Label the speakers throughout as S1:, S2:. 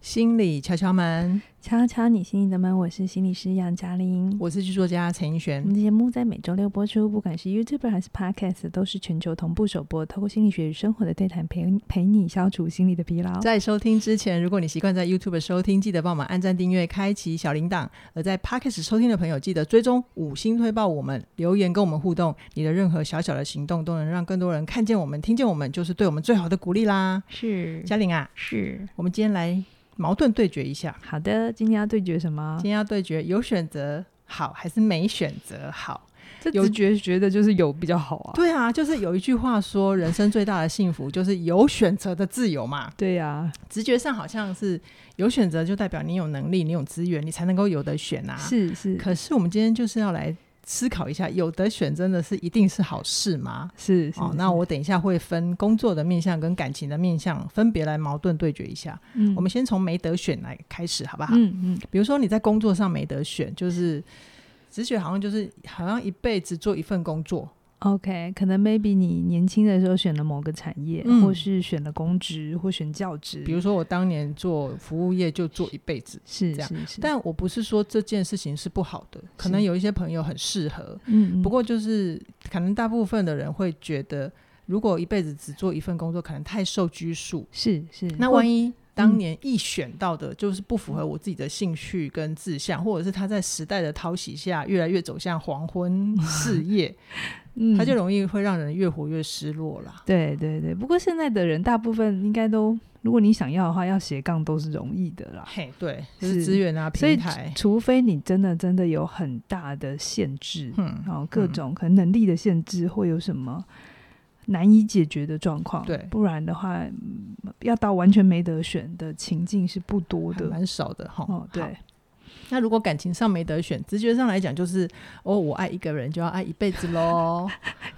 S1: 心理敲敲门，
S2: 敲敲你心里的门，我是心理师杨嘉玲。
S1: 我是剧作家陈奕
S2: 我
S1: 璇
S2: 们。的节目在每周六播出，不管是 YouTube 还是 Podcast，都是全球同步首播。透过心理学与生活的对谈，陪陪你消除心理的疲劳。
S1: 在收听之前，如果你习惯在 YouTube 收听，记得帮我们按赞、订阅、开启小铃铛；而在 Podcast 收听的朋友，记得追踪、五星推爆我们、留言跟我们互动。你的任何小小的行动，都能让更多人看见我们、听见我们，就是对我们最好的鼓励啦。
S2: 是
S1: 嘉玲啊，
S2: 是，
S1: 我们今天来矛盾对决一下，
S2: 好的，今天要对决什么
S1: 今？天要对决有选择好还是没选择好？
S2: 这
S1: 有
S2: 直觉觉得就是有比较好啊。
S1: 对啊，就是有一句话说，人生最大的幸福就是有选择的自由嘛。
S2: 对啊呀、
S1: 直觉上好像是有选择，就代表你有能力，你有资源，你才能够有得选啊。。
S2: 是是
S1: 可是我们今天就是要来思考一下，有得选真的是一定是好事吗？
S2: 是是。
S1: 哦，那我等一下会分工作的面向跟感情的面向分别来矛盾对决一下。
S2: 嗯
S1: 我们先从没得选来开始，好不好？
S2: 嗯嗯
S1: 比如说你在工作上没得选，就是直觉好像就是好像一辈子做一份工作，
S2: ，OK，可能 maybe 你年轻的时候选了某个产业，
S1: 嗯
S2: 或是选了公职，或选教职，
S1: 比如说我当年做服务业就做一辈子，
S2: 是
S1: 这样
S2: 是是，
S1: 但我不是说这件事情是不好的，可能有一些朋友很适合，
S2: 嗯，嗯
S1: 不过就是可能大部分的人会觉得，如果一辈子只做一份工作，可能太受拘束。
S2: 是是，
S1: 那万
S2: 一
S1: 一当
S2: 嗯
S1: 年一选到的就是不符合我自己的兴趣跟志向，或者是他在时代的淘洗下越来越走向黄 昏事业，他就容易会让人越活越失落啦。
S2: 嗯对对对，不过现在的人大部分应该都，如果你想要的话，要斜杠都是容易的啦。
S1: 嘿，对，就是是资源啊，
S2: 啊所以
S1: 平台，
S2: 除非你真的真的有很大的限制，
S1: 嗯，
S2: 然后各
S1: 嗯
S2: 种可能能力的限制，或有什么难以解决的状况，
S1: 对
S2: 不然的话，嗯要到完全没得选的情境是不多
S1: 还
S2: 的。
S1: 蛮少的哈。
S2: 哦，
S1: 好
S2: 对，
S1: 那如果感情上没得选，直觉上来讲就是，哦，我爱一个人就要爱一辈子喽。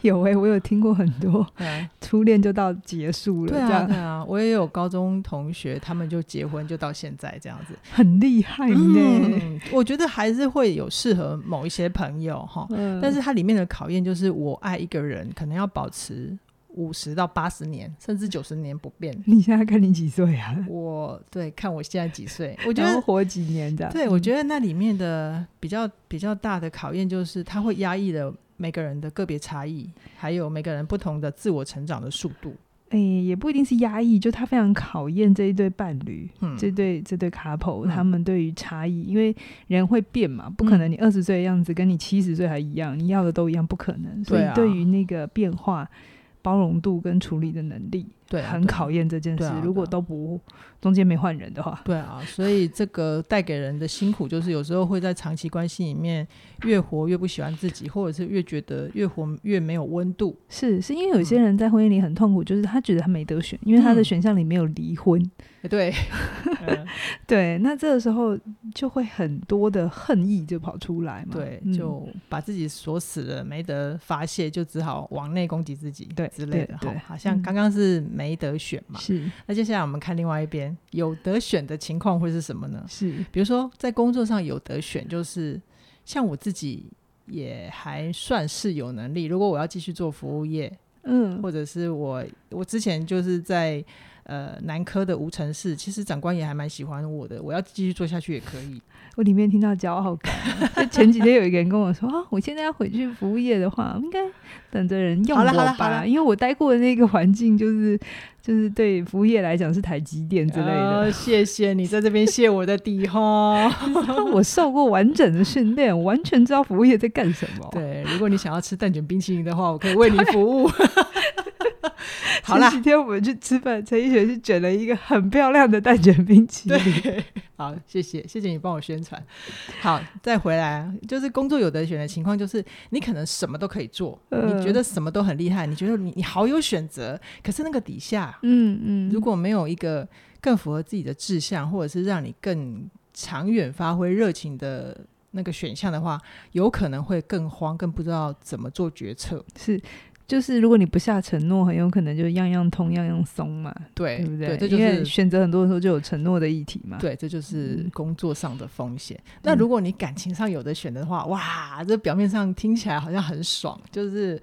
S2: 有欸诶、我有听过很多
S1: 嗯
S2: 初恋就到结束了，
S1: 对
S2: 这
S1: 啊，
S2: 样
S1: 对啊，我也有高中同学，他们就结婚就到现在这样子。
S2: 很厉害哎呢。
S1: 嗯，我觉得还是会有适合某一些朋友哈，
S2: 嗯
S1: 但是它里面的考验就是，我爱一个人可能要保持五十到八十年，甚至九十年不变。
S2: 你现在看你几岁啊？
S1: 我对，看我现在几岁，我
S2: 我
S1: 觉得。
S2: 活几年这样。嗯
S1: 对，我
S2: 得
S1: 觉得那里面的比较比较大的考验就是，它会压抑了每个人的个别差异，还有每个人不同的自我成长的速度。
S2: 诶、哎也不一定是压抑，就他非常考验这一对伴侣，
S1: 嗯，
S2: 这对这对 couple、
S1: 嗯
S2: 他们对于差异，因为人会变嘛，不可能你二十岁的样子跟你七十岁还一样，你要的都一样，不可能。所
S1: 对
S2: 以
S1: 啊
S2: 对于那个变化、包容度跟处理的能力，
S1: 对啊
S2: 很考验这件事。
S1: 对啊对啊
S2: 如果都不中间没换人的话，
S1: 对啊，所以这个带给人的辛苦，就是有时候会在长期关系里面越活越不喜欢自己，或者是越觉得越活越没有温度。
S2: 是是因为有些人在婚姻里很痛苦，就是他觉得他没得选，因为他的
S1: 嗯
S2: 选项里没有离婚。
S1: 诶对， 嗯
S2: 对，那这个时候就会很多的恨意就跑出来嘛。
S1: 对，
S2: 嗯
S1: 就把自己锁死了，没得发泄，就只好往内攻击自己，
S2: 对
S1: 之类的。
S2: 对
S1: 哈
S2: 对嗯
S1: 好像刚刚是没得选嘛，
S2: 是
S1: 那接下来我们看另外一边，有得选的情况会是什么呢？
S2: 是
S1: 比如说在工作上有得选，就是像我自己也还算是有能力，如果我要继续做服务业，
S2: 嗯
S1: 或者是我我之前就是在呃南科的无尘室，其实长官也还蛮喜欢我的，我要继续做下去也可以。
S2: 我里面听到骄傲感啊。就前几天有一个人跟我说 啊，我现在要回去服务业的话，应该等着人用
S1: 好了好了
S2: 我
S1: 好了
S2: 吧，因为我待过的那个环境就是就是对服务业来讲是台积电之类的。
S1: 呃谢谢你在这边谢我的底哈。哦
S2: 我受过完整的训练，我完全知道服务业在干什么。，
S1: 对，如果你想要吃蛋卷冰淇淋的话，我可以为你服务。好啦
S2: 前，几天我们去吃饭，陈奕迅是卷了一个很漂亮的蛋卷冰淇淋。
S1: 对，好，谢谢，谢谢你帮我宣传。好，再回来，啊就是工作有得选的情况，就是你可能什么都可以做，你觉
S2: 嗯
S1: 得什么都很厉害，你觉得你你好有选择，可是那个底下
S2: 嗯嗯，
S1: 如果没有一个更符合自己的志向，或者是让你更长远发挥热情的那个选项的话，有可能会更慌，更不知道怎么做决策。
S2: 是，就是如果你不下承诺，很有可能就样样通，样样松嘛，
S1: 对
S2: 对不
S1: 对，
S2: 对？
S1: 这就
S2: 因为
S1: 是。
S2: 选择很多的时候就有承诺的议题嘛。，
S1: 对，这就是
S2: 啊嗯
S1: 工作上的风险。那如果你感情上有的选的话，哇，这表面上听起来好像很爽，就是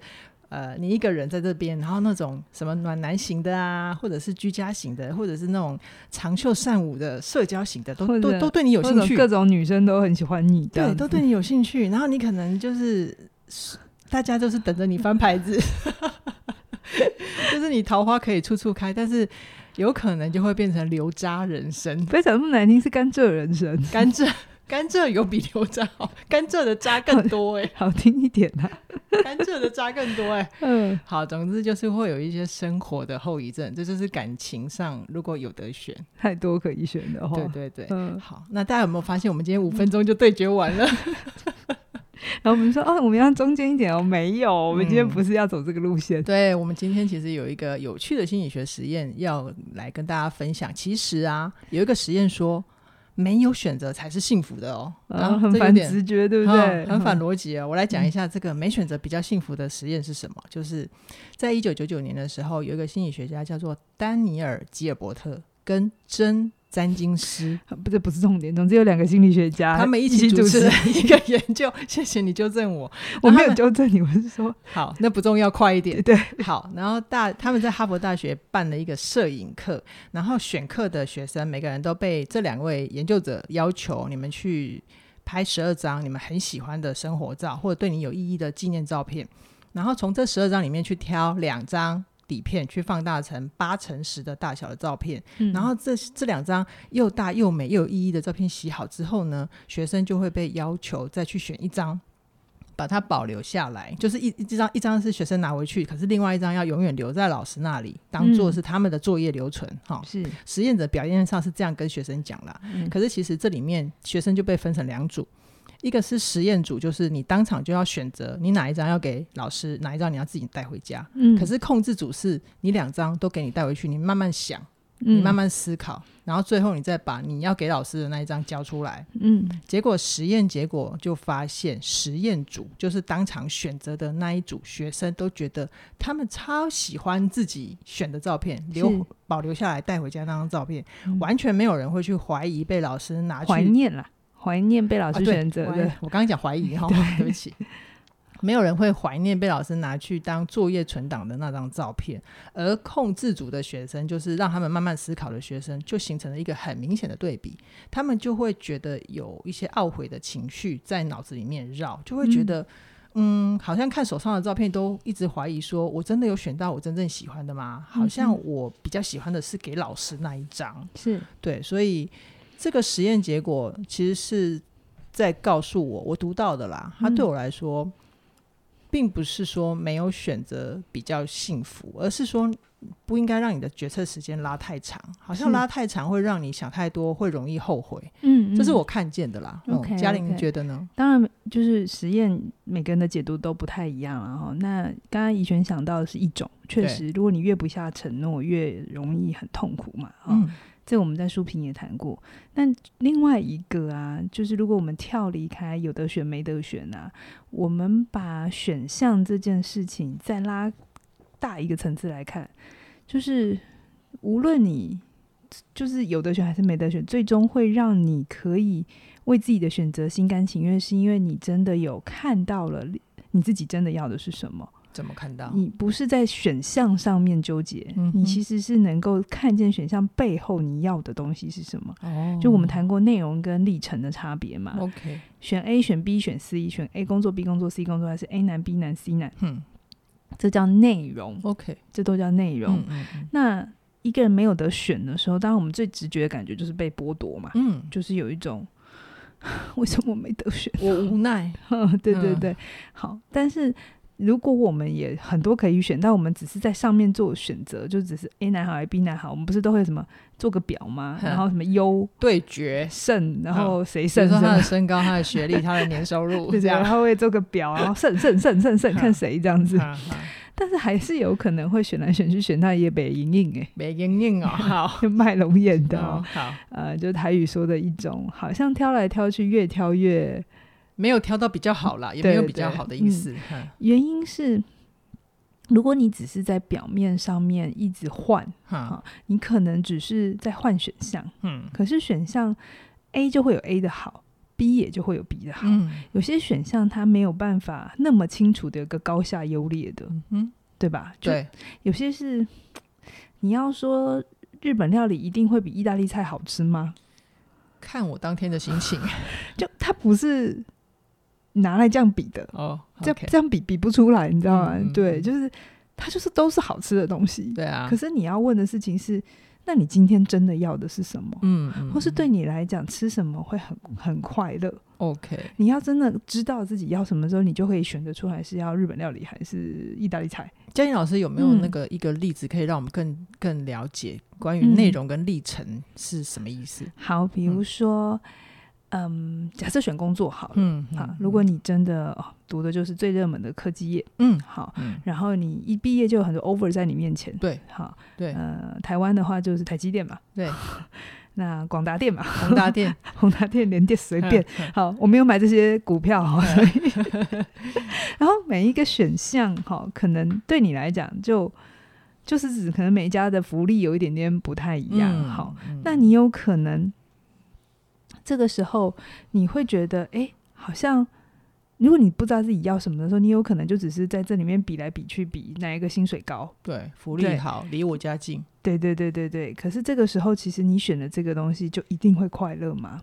S1: 呃，你一个人在这边，然后那种什么暖男型的啊，或者是居家型的，或者是那种长袖善舞的社交型的，都
S2: 或
S1: 都
S2: 者
S1: 都对你有兴趣，
S2: 各种女生都很喜欢你这样
S1: 对，
S2: 子，
S1: 都对你有兴趣，然后你可能就是大家就是等着你翻牌子， 就是你桃花可以处处开，但是有可能就会变成流渣人生，
S2: 不要讲那么难听，是甘蔗人生，
S1: 甘蔗。 甘蔗有比流渣好， 甘蔗的渣更多 哎、
S2: 好听一点 啦。
S1: 甘蔗的渣更多哎、
S2: 嗯，
S1: 好，总之就是会有一些生活的后遗症，这就是感情上如果有得选，
S2: 太多可以选的话
S1: 对，对对。
S2: 嗯，
S1: 好，那大家有没有发现我们今天五分钟就对决完 了？
S2: 然后我们说哦，我们要中间一点哦，没有，我们今天
S1: 嗯
S2: 不是要走这个路线，
S1: 对我们今天其实有一个有趣的心理学实验要来跟大家分享。其实啊，有一个实验说，没有选择才是幸福的哦，
S2: 然嗯呃后很
S1: 这有
S2: 反
S1: 点
S2: 直觉，对不
S1: 嗯
S2: 对？
S1: 很反逻辑啊、我来讲一下这个没选择比较幸福的实验是什么。就是在一九九九年的时候，有一个心理学家叫做丹尼尔·吉尔伯特跟珍占金师，
S2: 嗯，不，这不是重点，总之有两个心理学家，
S1: 他们
S2: 啊一
S1: 一起主
S2: 主
S1: 持了一个研究。谢谢你纠正我。然后
S2: 我没
S1: 他
S2: 有
S1: 们
S2: 纠正你，我是说，
S1: 好，那不重要，快一点。
S2: 对，
S1: 好，然后大他们在哈佛大学办了一个摄影课，然后选课的学生每个人都被这两位研究者要求，你们去拍十二张你们很喜欢的生活照或者对你有意义的纪念照片，然后从这十二张里面去挑两张。底片去放大成八乘十的大小的照片，
S2: 嗯
S1: 然后这这两张又大又美又有意义的照片洗好之后呢，学生就会被要求再去选一张，把它保留下来。就是一一张一张是学生拿回去，可是另外一张要永远留在老师那里，当做
S2: 嗯
S1: 是他们的作业留存。哈、
S2: 是，
S1: 实验者表面上是这样跟学生讲啦，
S2: 嗯
S1: 可是其实这里面学生就被分成两组。一个是实验组，就是你当场就要选择你哪一张要给老师，哪一张你要自己带回家。
S2: 嗯
S1: 可是控制组是你两张都给你带回去，你慢慢想，
S2: 嗯
S1: 你慢，慢思考，然后最后你再把你要给老师的那一张交出来。
S2: 嗯嗯
S1: 结果实验结果就发现，实验组就是当场选择的那一组学生都觉得他们超喜欢自己选的照片，留保留下来带回家那张照片，
S2: 嗯
S1: 完全没有人会去怀疑被老师拿啊去
S2: 怀念啦，怀念被老
S1: 啊
S2: 师
S1: 对
S2: 选择嗯
S1: 怀
S2: 的，
S1: 我刚刚讲怀疑哈，对不起。没有人会怀念被老师拿去当作业存档的那张照片，而控制组的学生，就是让他们慢慢思考的学生，就形成了一个很明显的对比。他们就会觉得有一些懊悔的情绪在脑子里面绕，就会觉得，嗯好像看手上的照片都一直怀疑说，我真的有选到我真正喜欢的吗？好 像我比较喜欢的是给老师那一张。
S2: 是，
S1: 对，所以这个实验结果其实是在告诉我，我读到的啦。它
S2: 嗯
S1: 对我来说，并不是说没有选择比较幸福，而是说不应该让你的决策时间拉太长，好像
S2: 是
S1: 拉太长会让你想太多，会容易后悔。
S2: 嗯
S1: 这是我看见的啦。嗯，
S2: OK，
S1: 嘉玲
S2: OK
S1: 觉得呢？
S2: 当然，就是实验每个人的解读都不太一样啊。哈，那刚刚怡璇想到的是一种，确实，如果你越不下承诺，越容易很痛苦嘛。哈、
S1: 嗯，
S2: 这我们在书评也谈过。但另外一个啊，就是如果我们跳离开有得选没得选啊，我们把选项这件事情再拉大一个层次来看，就是无论你就是有得选还是没得选，最终会让你可以为自己的选择心甘情愿，是因为你真的有看到了你自己真的要的是什么。
S1: 怎么看到？
S2: 你不是在选项上面纠结，
S1: 嗯哼
S2: 你其实是能够看见选项背后你要的东西是什么。
S1: 哦
S2: 就我们谈过内容跟历程的差别嘛，
S1: 嗯 OK，
S2: 选 A、选 B、选 C、选 A 工作、B 工作、C 工作，还是 A 男、B 男、C 男，
S1: 嗯
S2: 这叫内容，
S1: ，OK，
S2: 这都叫内容。
S1: 嗯嗯嗯
S2: 那一个人没有得选的时候，当然我们最直觉的感觉就是被剥夺嘛，
S1: 嗯，
S2: 就是有一种 为什么我没得选？
S1: 我无奈，
S2: 对对
S1: 嗯
S2: 对，好，但是。如果我们也很多可以选，但我们只是在上面做选择，就只是 A 男好还是 B 男好，我们不是都会什么做个表吗？
S1: 嗯
S2: 然后什么优
S1: 对决。
S2: 胜，然后谁
S1: 嗯比如
S2: 胜
S1: 说
S2: 什
S1: 他
S2: 么
S1: 的，身高、他的学历、他的年收入，
S2: 对
S1: 这
S2: 对，
S1: 样
S2: 然。后会做个表， 然后胜胜胜胜胜，看
S1: 嗯
S2: 谁这样子。
S1: 哈哈
S2: 但是还是有可能会选来选去，选到也北莹莹哎，
S1: 没经验哦， 好，
S2: 就卖龙眼的、
S1: 哦
S2: 哦，
S1: 好，
S2: 呃，就台语说的一种，好像挑来挑去，越挑越
S1: 没有挑到比较好啦，也
S2: 对嗯
S1: 没有比较好的意思。哈
S2: 原因是，如果你只是在表面上面一直换，
S1: 哈，
S2: 你可能只是在换选项，
S1: 嗯
S2: 可是选项 A 就会有 A 的好 B 也就会有 B 的好。
S1: 嗯
S2: 有些选项它没有办法那么清楚的有个高下优劣的，
S1: 嗯哼，
S2: 对吧？就
S1: 对，
S2: 有些是你要说日本料理一定会比意大利菜好吃吗？
S1: 看我当天的心 情
S2: 就它不是拿来这样比的，
S1: 哦。
S2: 这
S1: OK
S2: 这样比比不出来，你知道吗？
S1: 嗯嗯
S2: 对，
S1: 嗯
S2: 就是它就是都是好吃的东西。
S1: 对啊，
S2: 可
S1: 是
S2: 是你要问的事情是，那你今天真的要的是什么？
S1: 嗯，嗯
S2: 或是
S1: 嗯
S2: 对你来讲，吃什么会很很快乐？
S1: OK，
S2: 你要真的知道自己要什么时候，你就可以选择出来是要日本料理还是意大利菜。
S1: 嘉颖老师有没有
S2: 嗯
S1: 那个一个例子可以让我们更更了解关于
S2: 嗯
S1: 内容跟历程是什么意思？
S2: 好，比如说，嗯，假设选工作好了，
S1: 嗯，
S2: 好
S1: 嗯，
S2: 如果你真的、哦、读的就是最热门的科技业，
S1: 嗯
S2: 好，
S1: 嗯
S2: 然后你一毕业就有很多 offer 在你面前，
S1: 对
S2: 好，
S1: 对
S2: 呃，台湾的话就是台积电嘛，
S1: 对，
S2: 那广达电嘛，
S1: 宏达 店
S2: 宏达电、联电随便，
S1: 嗯嗯
S2: 好，我没有买这些股票哈，所以 然后每一个选项哈，可能对你来讲就就是指可能每一家的福利有一点点不太一样，
S1: 嗯
S2: 好，，
S1: 嗯
S2: 那你有可能这个时候你会觉得，哎、好像如果你不知道自己要什么的时候，你有可能就只是在这里面比来比去，比哪一个薪水高。
S1: 对福
S2: 对
S1: 利好，离我家近，
S2: 对对对对对。可是这个时候，其实你选的这个东西就一定会快乐吗？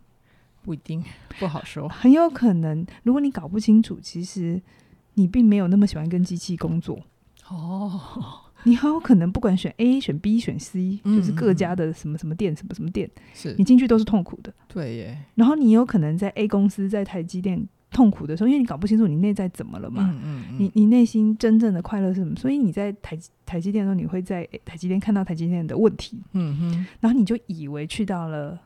S1: 不一定不好说。
S2: 很有可能，如果你搞不清楚，其实你并没有那么喜欢跟机器工作。
S1: 哦，
S2: 你很有可能不管选 A、选 B、选 C，就是各
S1: 嗯嗯
S2: 家的什么什么店、什么什么店，
S1: 是
S2: 你进去都是痛苦的。
S1: 对耶，
S2: 然后你有可能在 A 公司在台积电痛苦的时候，因为你搞不清楚你内在怎么了嘛，
S1: 嗯嗯
S2: 你你内心真正的快乐是什么？所以你在台积台积电的时候，你会在诶台积电看到台积电的问题，
S1: 嗯嗯
S2: 然后你就以为去到了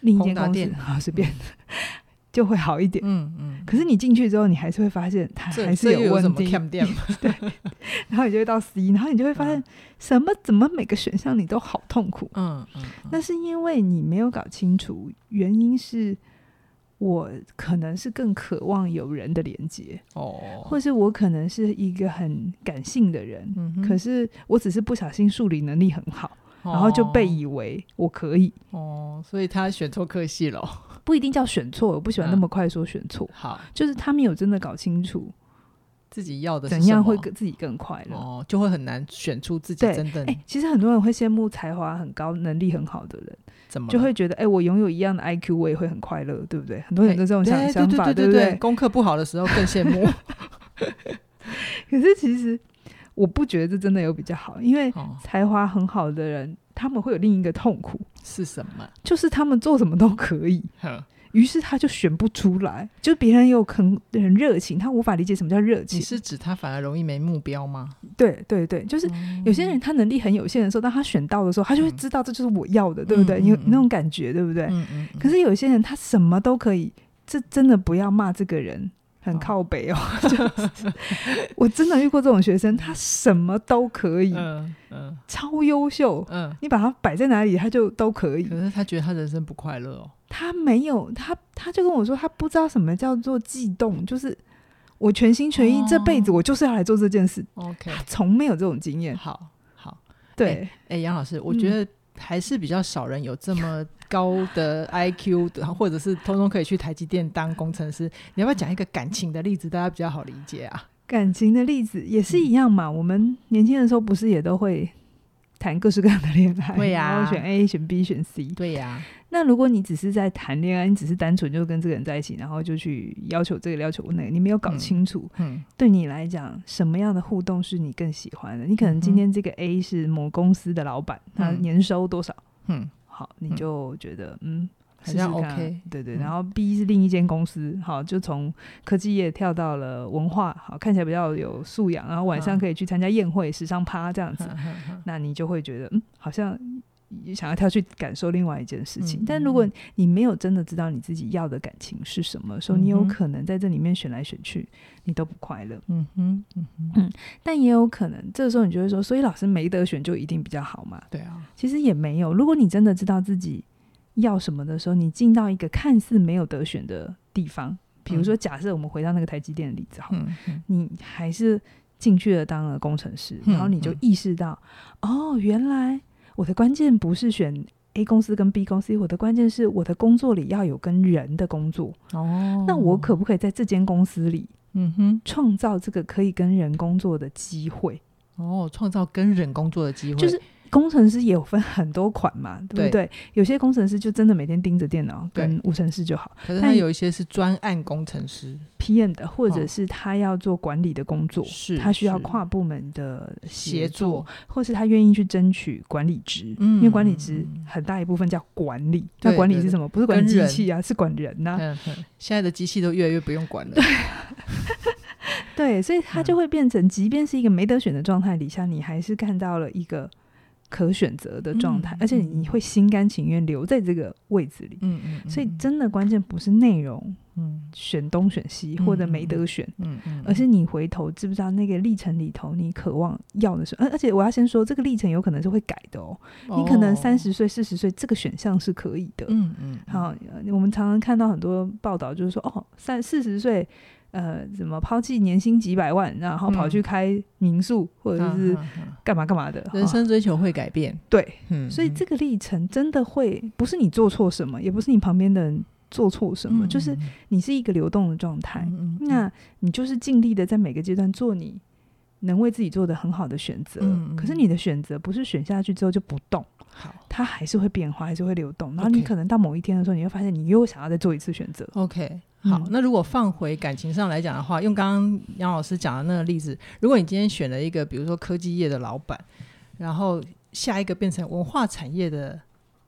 S2: 另一
S1: 宏
S2: 间
S1: 达
S2: 公司
S1: 电，
S2: 好随便 就会好一点。
S1: 嗯嗯，
S2: 可是你进去之后，你还是会发现它
S1: 这
S2: 还
S1: 这
S2: 是
S1: 又有什
S2: 问
S1: 么
S2: 题，
S1: 看店？
S2: 然后你就会到 C，然后你就会发现什么怎么每个选项你都好痛苦。
S1: 嗯嗯，
S2: 那是因为你没有搞清楚，原因是我可能是更渴望有人的连接，
S1: 哦，
S2: 或是我可能是一个很感性的人，
S1: 嗯哼，
S2: 可是我只是不小心数理能力很好，然后就被以为我可以，
S1: 哦，所以他选错科系了。
S2: 不一定叫选错，我不喜欢那
S1: 嗯
S2: 么快说选错，
S1: 好，
S2: 就是他没有真的搞清楚
S1: 自己要的是
S2: 怎样会
S1: 什么
S2: 更自己更快乐。
S1: 哦，就会很难选出自己
S2: 对
S1: 真正
S2: 哎、其实很多人会羡慕才华很高、能力很好的人，
S1: 怎么
S2: 就
S1: 了
S2: 会觉得，哎、我拥有一样的 IQ，我也会很快乐，对不对？很多人都这种
S1: 哎对
S2: 想、
S1: 对
S2: 想法，
S1: 对
S2: 不
S1: 对功课不好的时候更羡 慕。
S2: 可是其实我不觉得这真的有比较好，因为
S1: 哦，
S2: 才华很好的人，他们会有另一个痛苦，
S1: 是什么？
S2: 就是他们做什么都可以，
S1: 哼
S2: 于是他就选不出来。就别人有很很热情，他无法理解什么叫热
S1: 你
S2: 情。
S1: 是指他反而容易没目标吗？
S2: 对对对，就是。
S1: 嗯
S2: 有些人他能力很有限的时候，当他选到的时候，他就会
S1: 嗯
S2: 知道这就是我要的，对不对？你有
S1: 嗯嗯
S2: 那种感觉，对不对？
S1: 嗯嗯，嗯
S2: 可是有些人他什么都可以，这真的不要骂这个人很
S1: 哦
S2: 靠北哦。就是我真的遇过这种学生，他什么都可以，
S1: 嗯嗯
S2: 超优秀，
S1: 嗯，
S2: 你把它摆在哪里，他就都可以
S1: 可。是他觉得他人生不快乐哦。
S2: 他没有，他他就跟我说，他不知道什么叫做悸动，就是我全心全意，
S1: 哦
S2: 这辈子我就是要来做这件事，
S1: OK，
S2: 他从没有这种经验。
S1: 好好，
S2: 对，
S1: 哎，杨老师，我觉
S2: 嗯
S1: 得还是比较少人有这么高的 IQ 的， 或者是通通可以去台积电当工程师。你要不要讲一个感情的例子，大家比较好理解啊？
S2: 感情的例子也
S1: 嗯
S2: 是一样嘛。我们年轻的时候不是也都会谈各式各样的恋爱，
S1: 对呀
S2: 然后选 A、选 B、选 C。
S1: 对呀，
S2: 那如果你只是在谈恋爱，你只是单纯就跟这个人在一起，然后就去要求这个要求那个，你没有搞
S1: 嗯
S2: 清楚，
S1: 嗯
S2: 对你来讲，什么样的互动是你更喜欢的？你可能今天这个 A 是某公司的老板，他
S1: 嗯
S2: 年收多少？
S1: 嗯
S2: 好，你就觉得嗯，
S1: 好像
S2: 试试看
S1: OK
S2: 对对。
S1: 嗯
S2: 然后 B 是另一间公司，好，就从科技业跳到了文化，好，看起来比较有素养，然后晚上
S1: 嗯
S2: 可以去参加宴会、时尚趴这样 子，
S1: 哼哼哼
S2: 那你就会觉得嗯，好像。想要跳去感受另外一件事情，
S1: 嗯嗯
S2: 但如果你没有真的知道你自己要的感情是什么的时候，你有
S1: 嗯哼
S2: 可能在这里面选来选去，你都不快乐。
S1: 嗯哼嗯哼，
S2: 但也有可能，这个时候你就会说，所以老师没得选就一定比较好嘛？
S1: 对啊，
S2: 其实也没有。如果你真的知道自己要什么的时候，你进到一个看似没有得选的地方，比如说，假设我们回到那个台积电的例子好了，
S1: 嗯嗯
S2: 你还是进去了当了工程师，
S1: 嗯
S2: 然后你就意识到，哦，原来我的关键不是选。 A 公司跟 B 公司，我的关键是我的工作里要有跟人的工作，
S1: 哦
S2: 那我可不可以在这间公司里
S1: 嗯哼，
S2: 创造这个可以跟人工作的机会？
S1: 哦，创造跟人工作的机会，
S2: 就是工程师也有分很多款嘛，对不
S1: 对
S2: 对？有些工程师就真的每天盯着电脑
S1: 对
S2: 跟无尘室就好
S1: 可是
S2: 但
S1: 他有一些是专案工程师，
S2: ，PM 的或者
S1: 哦
S2: 是他要做管理的工作，
S1: 是
S2: 他需要
S1: 是
S2: 跨部门的
S1: 协
S2: 协
S1: 作
S2: 作，或是他愿意去争取管理职，
S1: 嗯
S2: 因为管理职很大一部分叫管理。
S1: 对
S2: 那管理
S1: 对
S2: 是什么？不是管
S1: 跟
S2: 机
S1: 人
S2: 器啊，是管人呐、
S1: 嗯哼现在的机器都越来越不用管了，
S2: 对，所以他就
S1: 嗯
S2: 会变成，即便是一个没得选的状态底下，你还是看到了一个可选择的状态，
S1: 嗯
S2: 而且你会心甘情愿留在这个位置里。
S1: 嗯嗯嗯
S2: 所以真的关键不是内容
S1: 嗯
S2: 选东选西
S1: 嗯
S2: 或者没得选，
S1: 嗯嗯，
S2: 而是你回头知不知道那个历程里头你渴望要的是，而而且我要先说，这个历程有可能是会改的哦。你可能
S1: 哦
S2: 三，十岁、四十岁这个选项是可以的。
S1: 嗯嗯，嗯
S2: 好，呃我们常常看到很多报道，就是说，哦，三四十岁，呃，怎么抛弃年薪几百万，然后跑
S1: 嗯
S2: 去开民宿、或者是
S1: 啊啊啊
S2: 干嘛干嘛的，
S1: 人
S2: 哈
S1: 生追求会改变，
S2: 对，
S1: 嗯，
S2: 所以
S1: 嗯
S2: 这个历程真的会不是你做错什么，也不是你旁边的人做错什么，就是
S1: 嗯
S2: 你是一个流动的状态，
S1: 嗯嗯
S2: 那你就是尽力的在每个阶段做你。能为自己做的很好的选择，
S1: 嗯嗯
S2: 可是你的选择不是选下去之后就不动，
S1: 好
S2: 它还是会变化，还是会流动。然后你
S1: OK
S2: 可能到某一天的时候，你会发现你又想要再做一次选择。
S1: ，OK。好
S2: 嗯，
S1: 那如果放回感情上来讲的话，用刚刚杨老师讲的那个例子，如果你今天选了一个，比如说科技业的老板，然后下一个变成文化产业的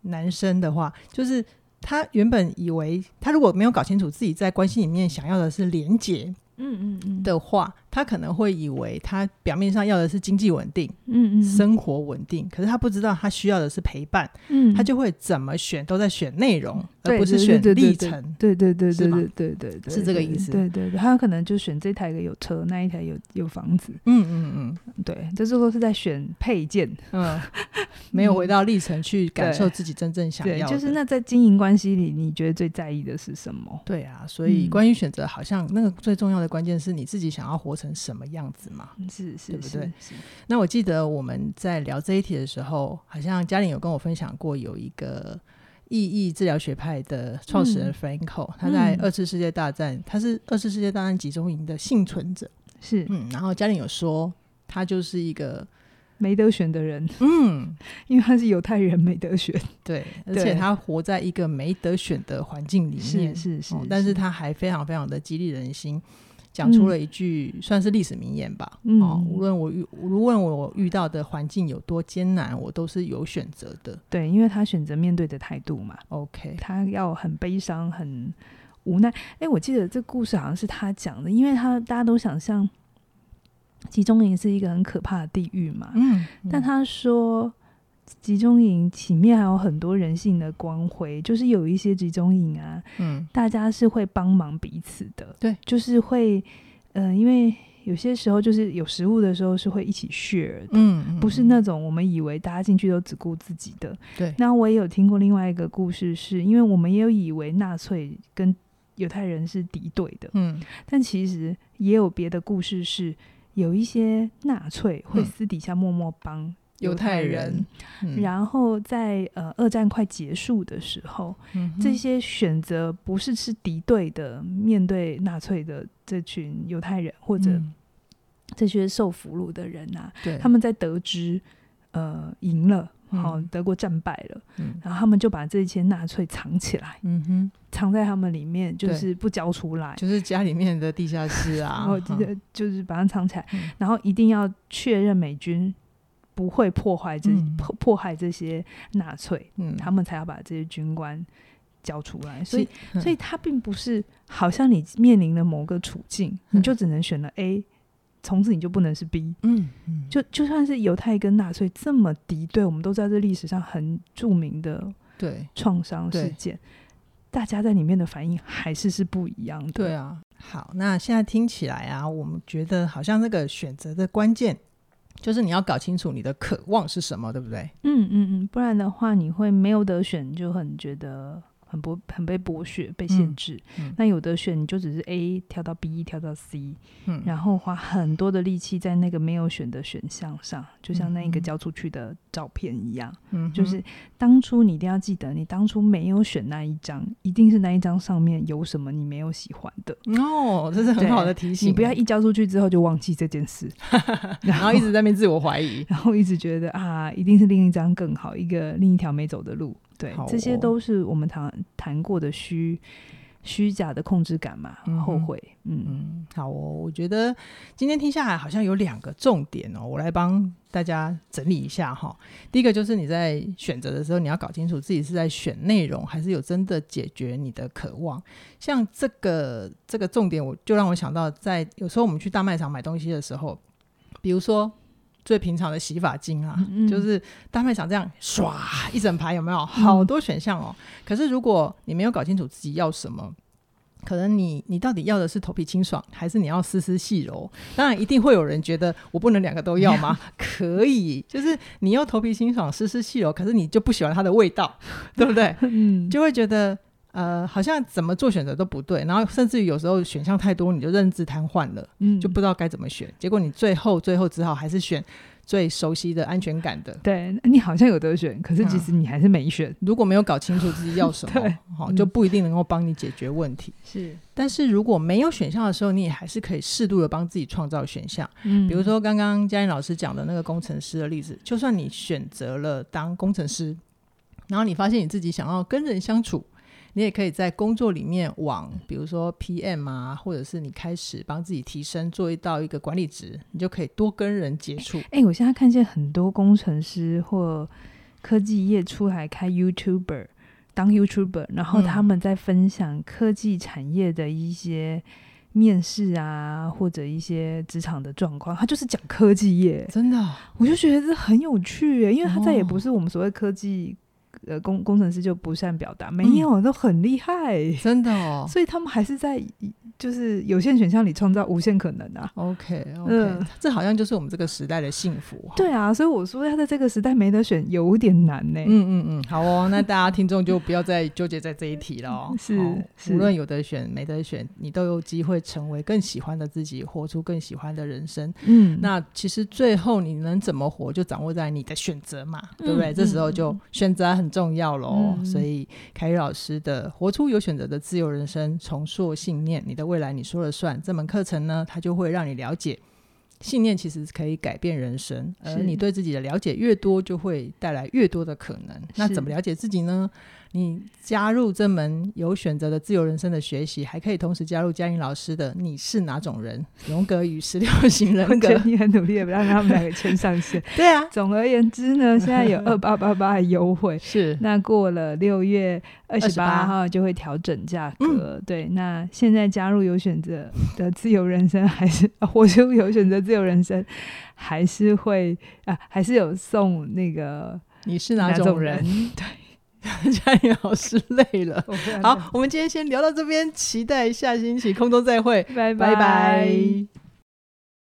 S1: 男生的话，就是他原本以为他如果没有搞清楚自己在关系里面想要的是连结
S2: 嗯嗯嗯，
S1: 的话，他可能会以为他表面上要的是经济稳定、
S2: 嗯嗯，
S1: 生活稳定，可是他不知道他需要的是陪伴，
S2: 嗯，
S1: 他就会怎么选都在选内容，而
S2: 对
S1: 不是
S2: 对
S1: 选
S2: 对对
S1: 历
S2: 对
S1: 程。
S2: 对对对
S1: 是
S2: 对
S1: 吗
S2: 对对对对，
S1: 是这个意思
S2: 对对对，他有可能就选这台有车，那一台有有房子，
S1: 嗯嗯 嗯。
S2: 对，这就都是在选配件。
S1: 嗯，没有回到历程去感
S2: 对
S1: 受自己真正想
S2: 对
S1: 要，的，
S2: 就是那在经营关系里，你觉得最在意的是什么？
S1: 对啊，所以
S2: 嗯
S1: 关于选择，好像那个最重要的关键是你自己想要活成什么样子嘛。嗯
S2: 是
S1: 对
S2: 是
S1: 不
S2: 是
S1: 对，那我记得我们在聊这一题的时候，好像嘉玲有跟我分享过，有一个意义治疗学派的创始人
S2: 嗯
S1: Franco，、他在
S2: 嗯
S1: 二次世界大战，他是二次世界大战集中营的幸存者。
S2: 是
S1: 嗯，然后嘉玲有说，他就是一个
S2: 没得选的人，
S1: 嗯，
S2: 因为他是犹太人，没得选。
S1: 对，而
S2: 对
S1: 且他活在一个没得选的环境里面
S2: 是，是是
S1: 哦，，但是他还非常非常的激励人心，讲出
S2: 嗯
S1: 了一句算是历史名言吧。
S2: 嗯
S1: 哦，无论我遇，无论我遇到的环境有多艰难，我都是有选择的。
S2: 对，因为他选择面对的态度嘛，
S1: OK，
S2: 他要很悲伤、很无奈。哎，我记得这故事好像是他讲的，因为他大家都想象集中营是一个很可怕的地狱嘛，
S1: 嗯，
S2: 但他说集中营里面还有很多人性的光辉，就是有一些集中营啊，
S1: 嗯
S2: 大家是会帮忙彼此的，
S1: 对，
S2: 就是会，呃，因为有些时候就是有食物的时候是会一起 share 的。
S1: 嗯，嗯
S2: 不是那种我们以为大家进去都只顾自己的。
S1: 对
S2: 那我也有听过另外一个故事是，因为我们也有以为纳粹跟犹太人是敌对的，
S1: 嗯
S2: 但其实也有别的故事是，有一些纳粹会
S1: 嗯
S2: 私底下默默帮
S1: 犹太
S2: 人
S1: 人，，嗯
S2: 然后在呃二战快结束的时候，
S1: 嗯哼
S2: 这些选择不是是敌对的，面对纳粹的这群犹太人或者
S1: 嗯
S2: 这些受俘虏的人啊，
S1: 对
S2: 他们在得知呃赢了，
S1: 嗯
S2: 好、德国战败了，
S1: 嗯
S2: 然后他们就把这些纳粹藏起来，
S1: 嗯哼，
S2: 藏在他们里面，就
S1: 对
S2: 是不交出来。
S1: 就是家里面的地下室
S2: 然
S1: 啊，
S2: 后
S1: 哈
S2: 就就是把它藏起来，
S1: 嗯
S2: 然后一定要确认美军不会破坏这、
S1: 嗯
S2: 迫迫害这些纳粹，
S1: 嗯，
S2: 他们才要把这些军官交出来。所以，
S1: 嗯
S2: 所以他并不是好像你面临了某个处境，
S1: 嗯
S2: 你就只能选了 A，从此你就不能是 B。
S1: 嗯嗯，
S2: 就就算是犹太跟纳粹这么敌对，我们都知道这历史上很著名的
S1: 对
S2: 创伤事
S1: 对
S2: 件，大家在里面的反应还是是不一样的。
S1: 对啊，好，那现在听起来啊，我们觉得好像那个选择的关键就是你要搞清楚你的渴望是什么，对不对？
S2: 嗯嗯嗯，不然的话你会没有得选，就很觉得很剥很被剥削、被限制。
S1: 嗯嗯
S2: 那有的选你就只是 A 跳到 B 跳到 C，
S1: 嗯
S2: 然后花很多的力气在那个没有选的选项上，就像那一个
S1: 嗯
S2: 交出去的照片一样。
S1: 嗯哼
S2: 就是当初你一定要记得，你当初没有选那一张，一定是那一张上面有什么你没有喜欢的。
S1: 哦，这是很好的提醒，
S2: 你不要，一交出去之后就忘记这件事，然
S1: 然后
S2: 后
S1: 一直在那边自我怀疑。
S2: 然后一直觉得啊，一定是另一张更好，一个另一条没走的路。对，
S1: 好哦
S2: 这些都是我们谈谈过的虚虚假的控制感嘛
S1: 嗯，哼
S2: 后悔。嗯，
S1: 嗯，好哦，我觉得今天听下来好像有两个重点哦，我来帮大家整理一下哈。第一个就是你在选择的时候，你要搞清楚自己是在选内容，还是有真的解决你的渴望。像这个这个重点，我就让我想到在，有时候我们去大卖场买东西的时候，比如说最平常的洗发精啊，
S2: 嗯嗯
S1: 就是大卖场这样唰一整排，有没有好多选项哦？可是如果你没有搞清楚自己要什么，可能你你到底要的是头皮清爽，还是你要丝丝细柔？当然，一定会有人觉得我不能两个都要吗？可以，就是你要头皮清爽、丝丝细柔，可是你就不喜欢它的味道，对不对？
S2: 嗯，
S1: 就会觉得呃，好像怎么做选择都不对，然后甚至于有时候选项太多，你就认知瘫痪了，
S2: 嗯
S1: 就不知道该怎么选。结果你最后最后只好还是选最熟悉的、安全感的。
S2: 对你好像有得选，可是
S1: 嗯
S2: 其实你还是没选。
S1: 如果没有搞清楚自己要什 么
S2: 对，
S1: 好、
S2: 嗯
S1: 就不一定能够帮你解决问题。
S2: 是，
S1: 但是如果没有选项的时候，你也还是可以适度的帮自己创造选项。
S2: 嗯
S1: 比如，说刚刚嘉玲老师讲的那个工程师的例子，就算你选择了当工程师，然后你发现你自己想要跟人相处，你也可以在工作里面往，比如说 PM 啊，或者是你开始帮自己提升，做到一个管理职，你就可以多跟人接 触。
S2: 哎、我现在看见很多工程师或科技业出来开 YouTuber 当 YouTuber，然后
S1: 嗯
S2: 他们在分享科技产业的一些面试啊，或者一些职场的状况，他就是讲科技业，
S1: 真的哦、
S2: 我就觉得这很有趣耶，因为他再也
S1: 哦
S2: 不是我们所谓科技。呃，工工程师就不善表达，没
S1: 嗯
S2: 有、都很厉害，
S1: 真的哦。
S2: 所以他们还是在就是有限选项里创造无限可能啊。
S1: OK OK，、
S2: 嗯
S1: 这好像就是我们这个时代的幸福哦。
S2: 对啊，所以我说要在这个时代没得选，有点难呢、
S1: 嗯嗯嗯，好哦，那大家听众就不要再纠结在这一题了哦。
S2: 是
S1: 哦
S2: 是
S1: 无论有的选没得选，你都有机会成为更喜欢的自己，活出更喜欢的人生。
S2: 嗯，
S1: 那其实最后你能怎么活，就掌握在你的选择嘛，
S2: 嗯
S1: 对不对？
S2: 嗯
S1: 这时候就选择很重要喽。
S2: 嗯
S1: 所以凯宇老师的《活出有选择的自由人生》，重塑信念，你的未来你说了算。这门课程呢，它就会让你了解。信念其实可以改变人生，而
S2: 是
S1: 你对自己的了解越多，就会带来越多的可能。那
S2: 是
S1: 怎么了解自己呢？你加入这门有选择的自由人生的学习，还可以同时加入嘉玲老师的“你是哪种人”荣格与十六型人
S2: 我
S1: 格
S2: 觉得你很努力的让他们两个牵上 线。
S1: 对啊，
S2: 总而言之呢，现 在有二八八八的优惠。
S1: 是
S2: 那过了六月二十八嗯号就会调整价格，对。那现在加入有选择的自由人生，还是哦活出有选择自由人生，还是会啊，还是有送那个
S1: 你是哪种人？？
S2: 对，
S1: 嘉玲老师累 了。
S2: 我不然
S1: 好，我们今天先聊到这边，期待下星期空中再会，
S2: 拜
S1: 拜拜。
S2: 拜